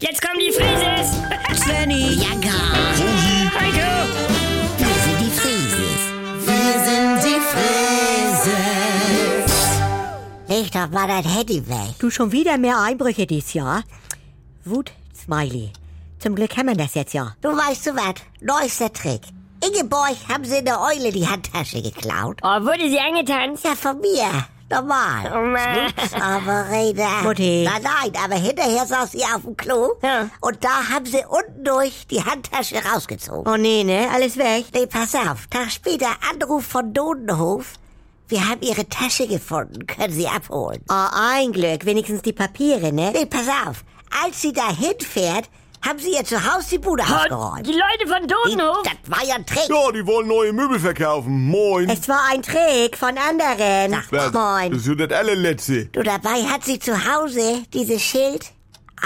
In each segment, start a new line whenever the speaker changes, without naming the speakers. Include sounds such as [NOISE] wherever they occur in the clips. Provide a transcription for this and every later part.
Jetzt kommen die Frises! [LAUGHS]
Svenny,
Ja, gar.
Heiko!
Wir sind die Frieses. Wir sind die Frieses. Leg doch mal dein Handy weg.
du schon wieder mehr Einbrüche dies Jahr? Wut, Smiley. Zum Glück haben wir das jetzt ja.
Du weißt du was? Neuester Trick. Ingeborg haben sie eine Eule die Handtasche geklaut.
Oh, wurde sie angetanzt?
Ja, von mir. Normal.
Oh Mann.
Aber Reda.
Mutti.
Nein, nein, aber hinterher saß sie auf dem Klo.
Ja.
Und da haben sie unten durch die Handtasche rausgezogen.
Oh nee, ne? Alles weg.
Nee, pass auf. Tag später Anruf von Dodenhof. Wir haben ihre Tasche gefunden. Können sie abholen.
Oh, ein Glück. Wenigstens die Papiere, ne?
Nee, pass auf. Als sie da hinfährt, haben sie ihr zu Hause die Bude
Oh,
aufgeräumt.
die Leute von
Die-
Dodenhof?
Das war ja ein Trick.
Ja, die wollen neue Möbel verkaufen. Moin.
Es war ein Trick von anderen.
Ach,
Das
Moin.
ist ja das allerletzte.
Du, dabei hat sie zu Hause dieses Schild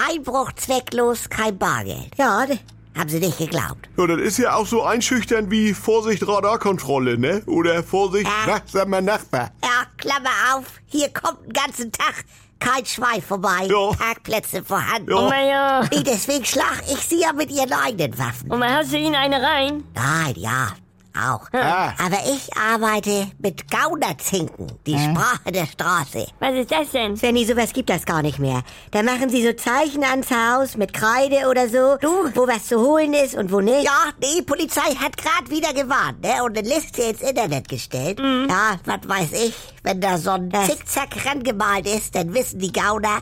Einbruch zwecklos, kein Bargeld.
Ja, d-
Haben sie nicht geglaubt.
Ja, das ist ja auch so einschüchternd wie Vorsicht Radarkontrolle, ne? Oder Vorsicht
Ja.
wachsamer Nachbar.
Ja, Klammer auf. Hier kommt den ganzen Tag kein Schwein vorbei.
Ja.
Parkplätze vorhanden.
Ja.
Oh mein ja.
Nee, deswegen schlag ich sie ja mit ihren eigenen Waffen.
Oh mein, hast du ihnen eine rein?
Nein, ja, auch.
Ja.
Aber ich arbeite mit Gaunerzinken, die Sprache der Straße.
Was ist das denn?
Svenny, sowas gibt das gar nicht mehr. Da machen sie so Zeichen ans Haus mit Kreide oder so, du? wo was zu holen ist und wo nicht.
Ja, die Polizei hat gerade wieder gewarnt, ne? Und eine Liste ins Internet gestellt.
Mhm.
Ja, was weiß ich, wenn da so ein
Äh.
Zickzack rangemalt ist, dann wissen die Gauner,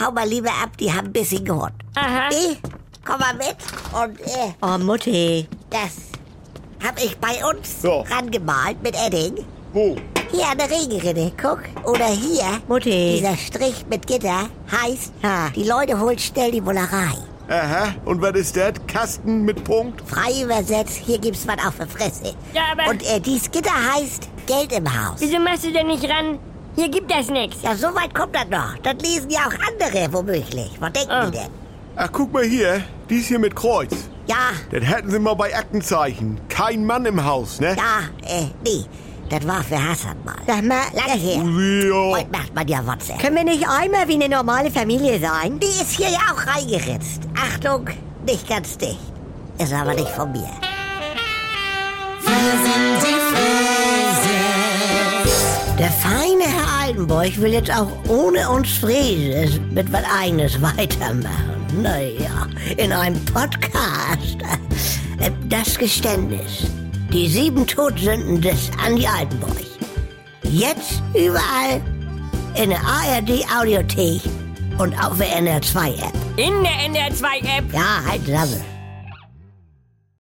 hau mal lieber ab, die haben ein bisschen gehört.
Aha.
Die, komm mal mit und äh,
Oh, Mutti.
das hab ich bei uns
So.
rangemalt mit Edding.
Wo?
Hier an der Regenrinne, guck. Oder hier,
Mutti.
dieser Strich mit Gitter, heißt,
Ja.
die Leute holen schnell die Bullerei.
Aha. Und was ist das? Kasten mit Punkt?
Frei übersetzt, hier gibt's was auf der Fresse.
Ja, aber-
Und äh, dies Gitter heißt Geld im Haus.
Wieso machst du denn nicht ran? Hier gibt das nix.
Ja, so weit kommt das noch. Das lesen ja auch andere womöglich. Was denken
Ah.
die denn?
Ach, guck mal hier. Dies hier mit Kreuz.
Ja,
Das hätten sie mal bei Aktenzeichen. Kein Mann im Haus, ne?
ja, äh, nee. Das war für Hassan mal.
Sag mal,
Lange her.
Oh, Ja.
Heute macht man ja WhatsApp.
können wir nicht einmal wie eine normale Familie sein?
Die ist hier ja auch reingeritzt. Achtung, nicht ganz dicht. Ist aber nicht von mir. Der feine Herr Altenburg will jetzt auch ohne uns Frieses mit was Eigenes weitermachen. Naja, in einem Podcast. Äh, Das Geständnis. Die sieben Todsünden des Andi Altenburg. Jetzt überall in der ARD-Audiothek und auf der NR2-App.
In der NDR 2 App.
Ja, halt Sammel.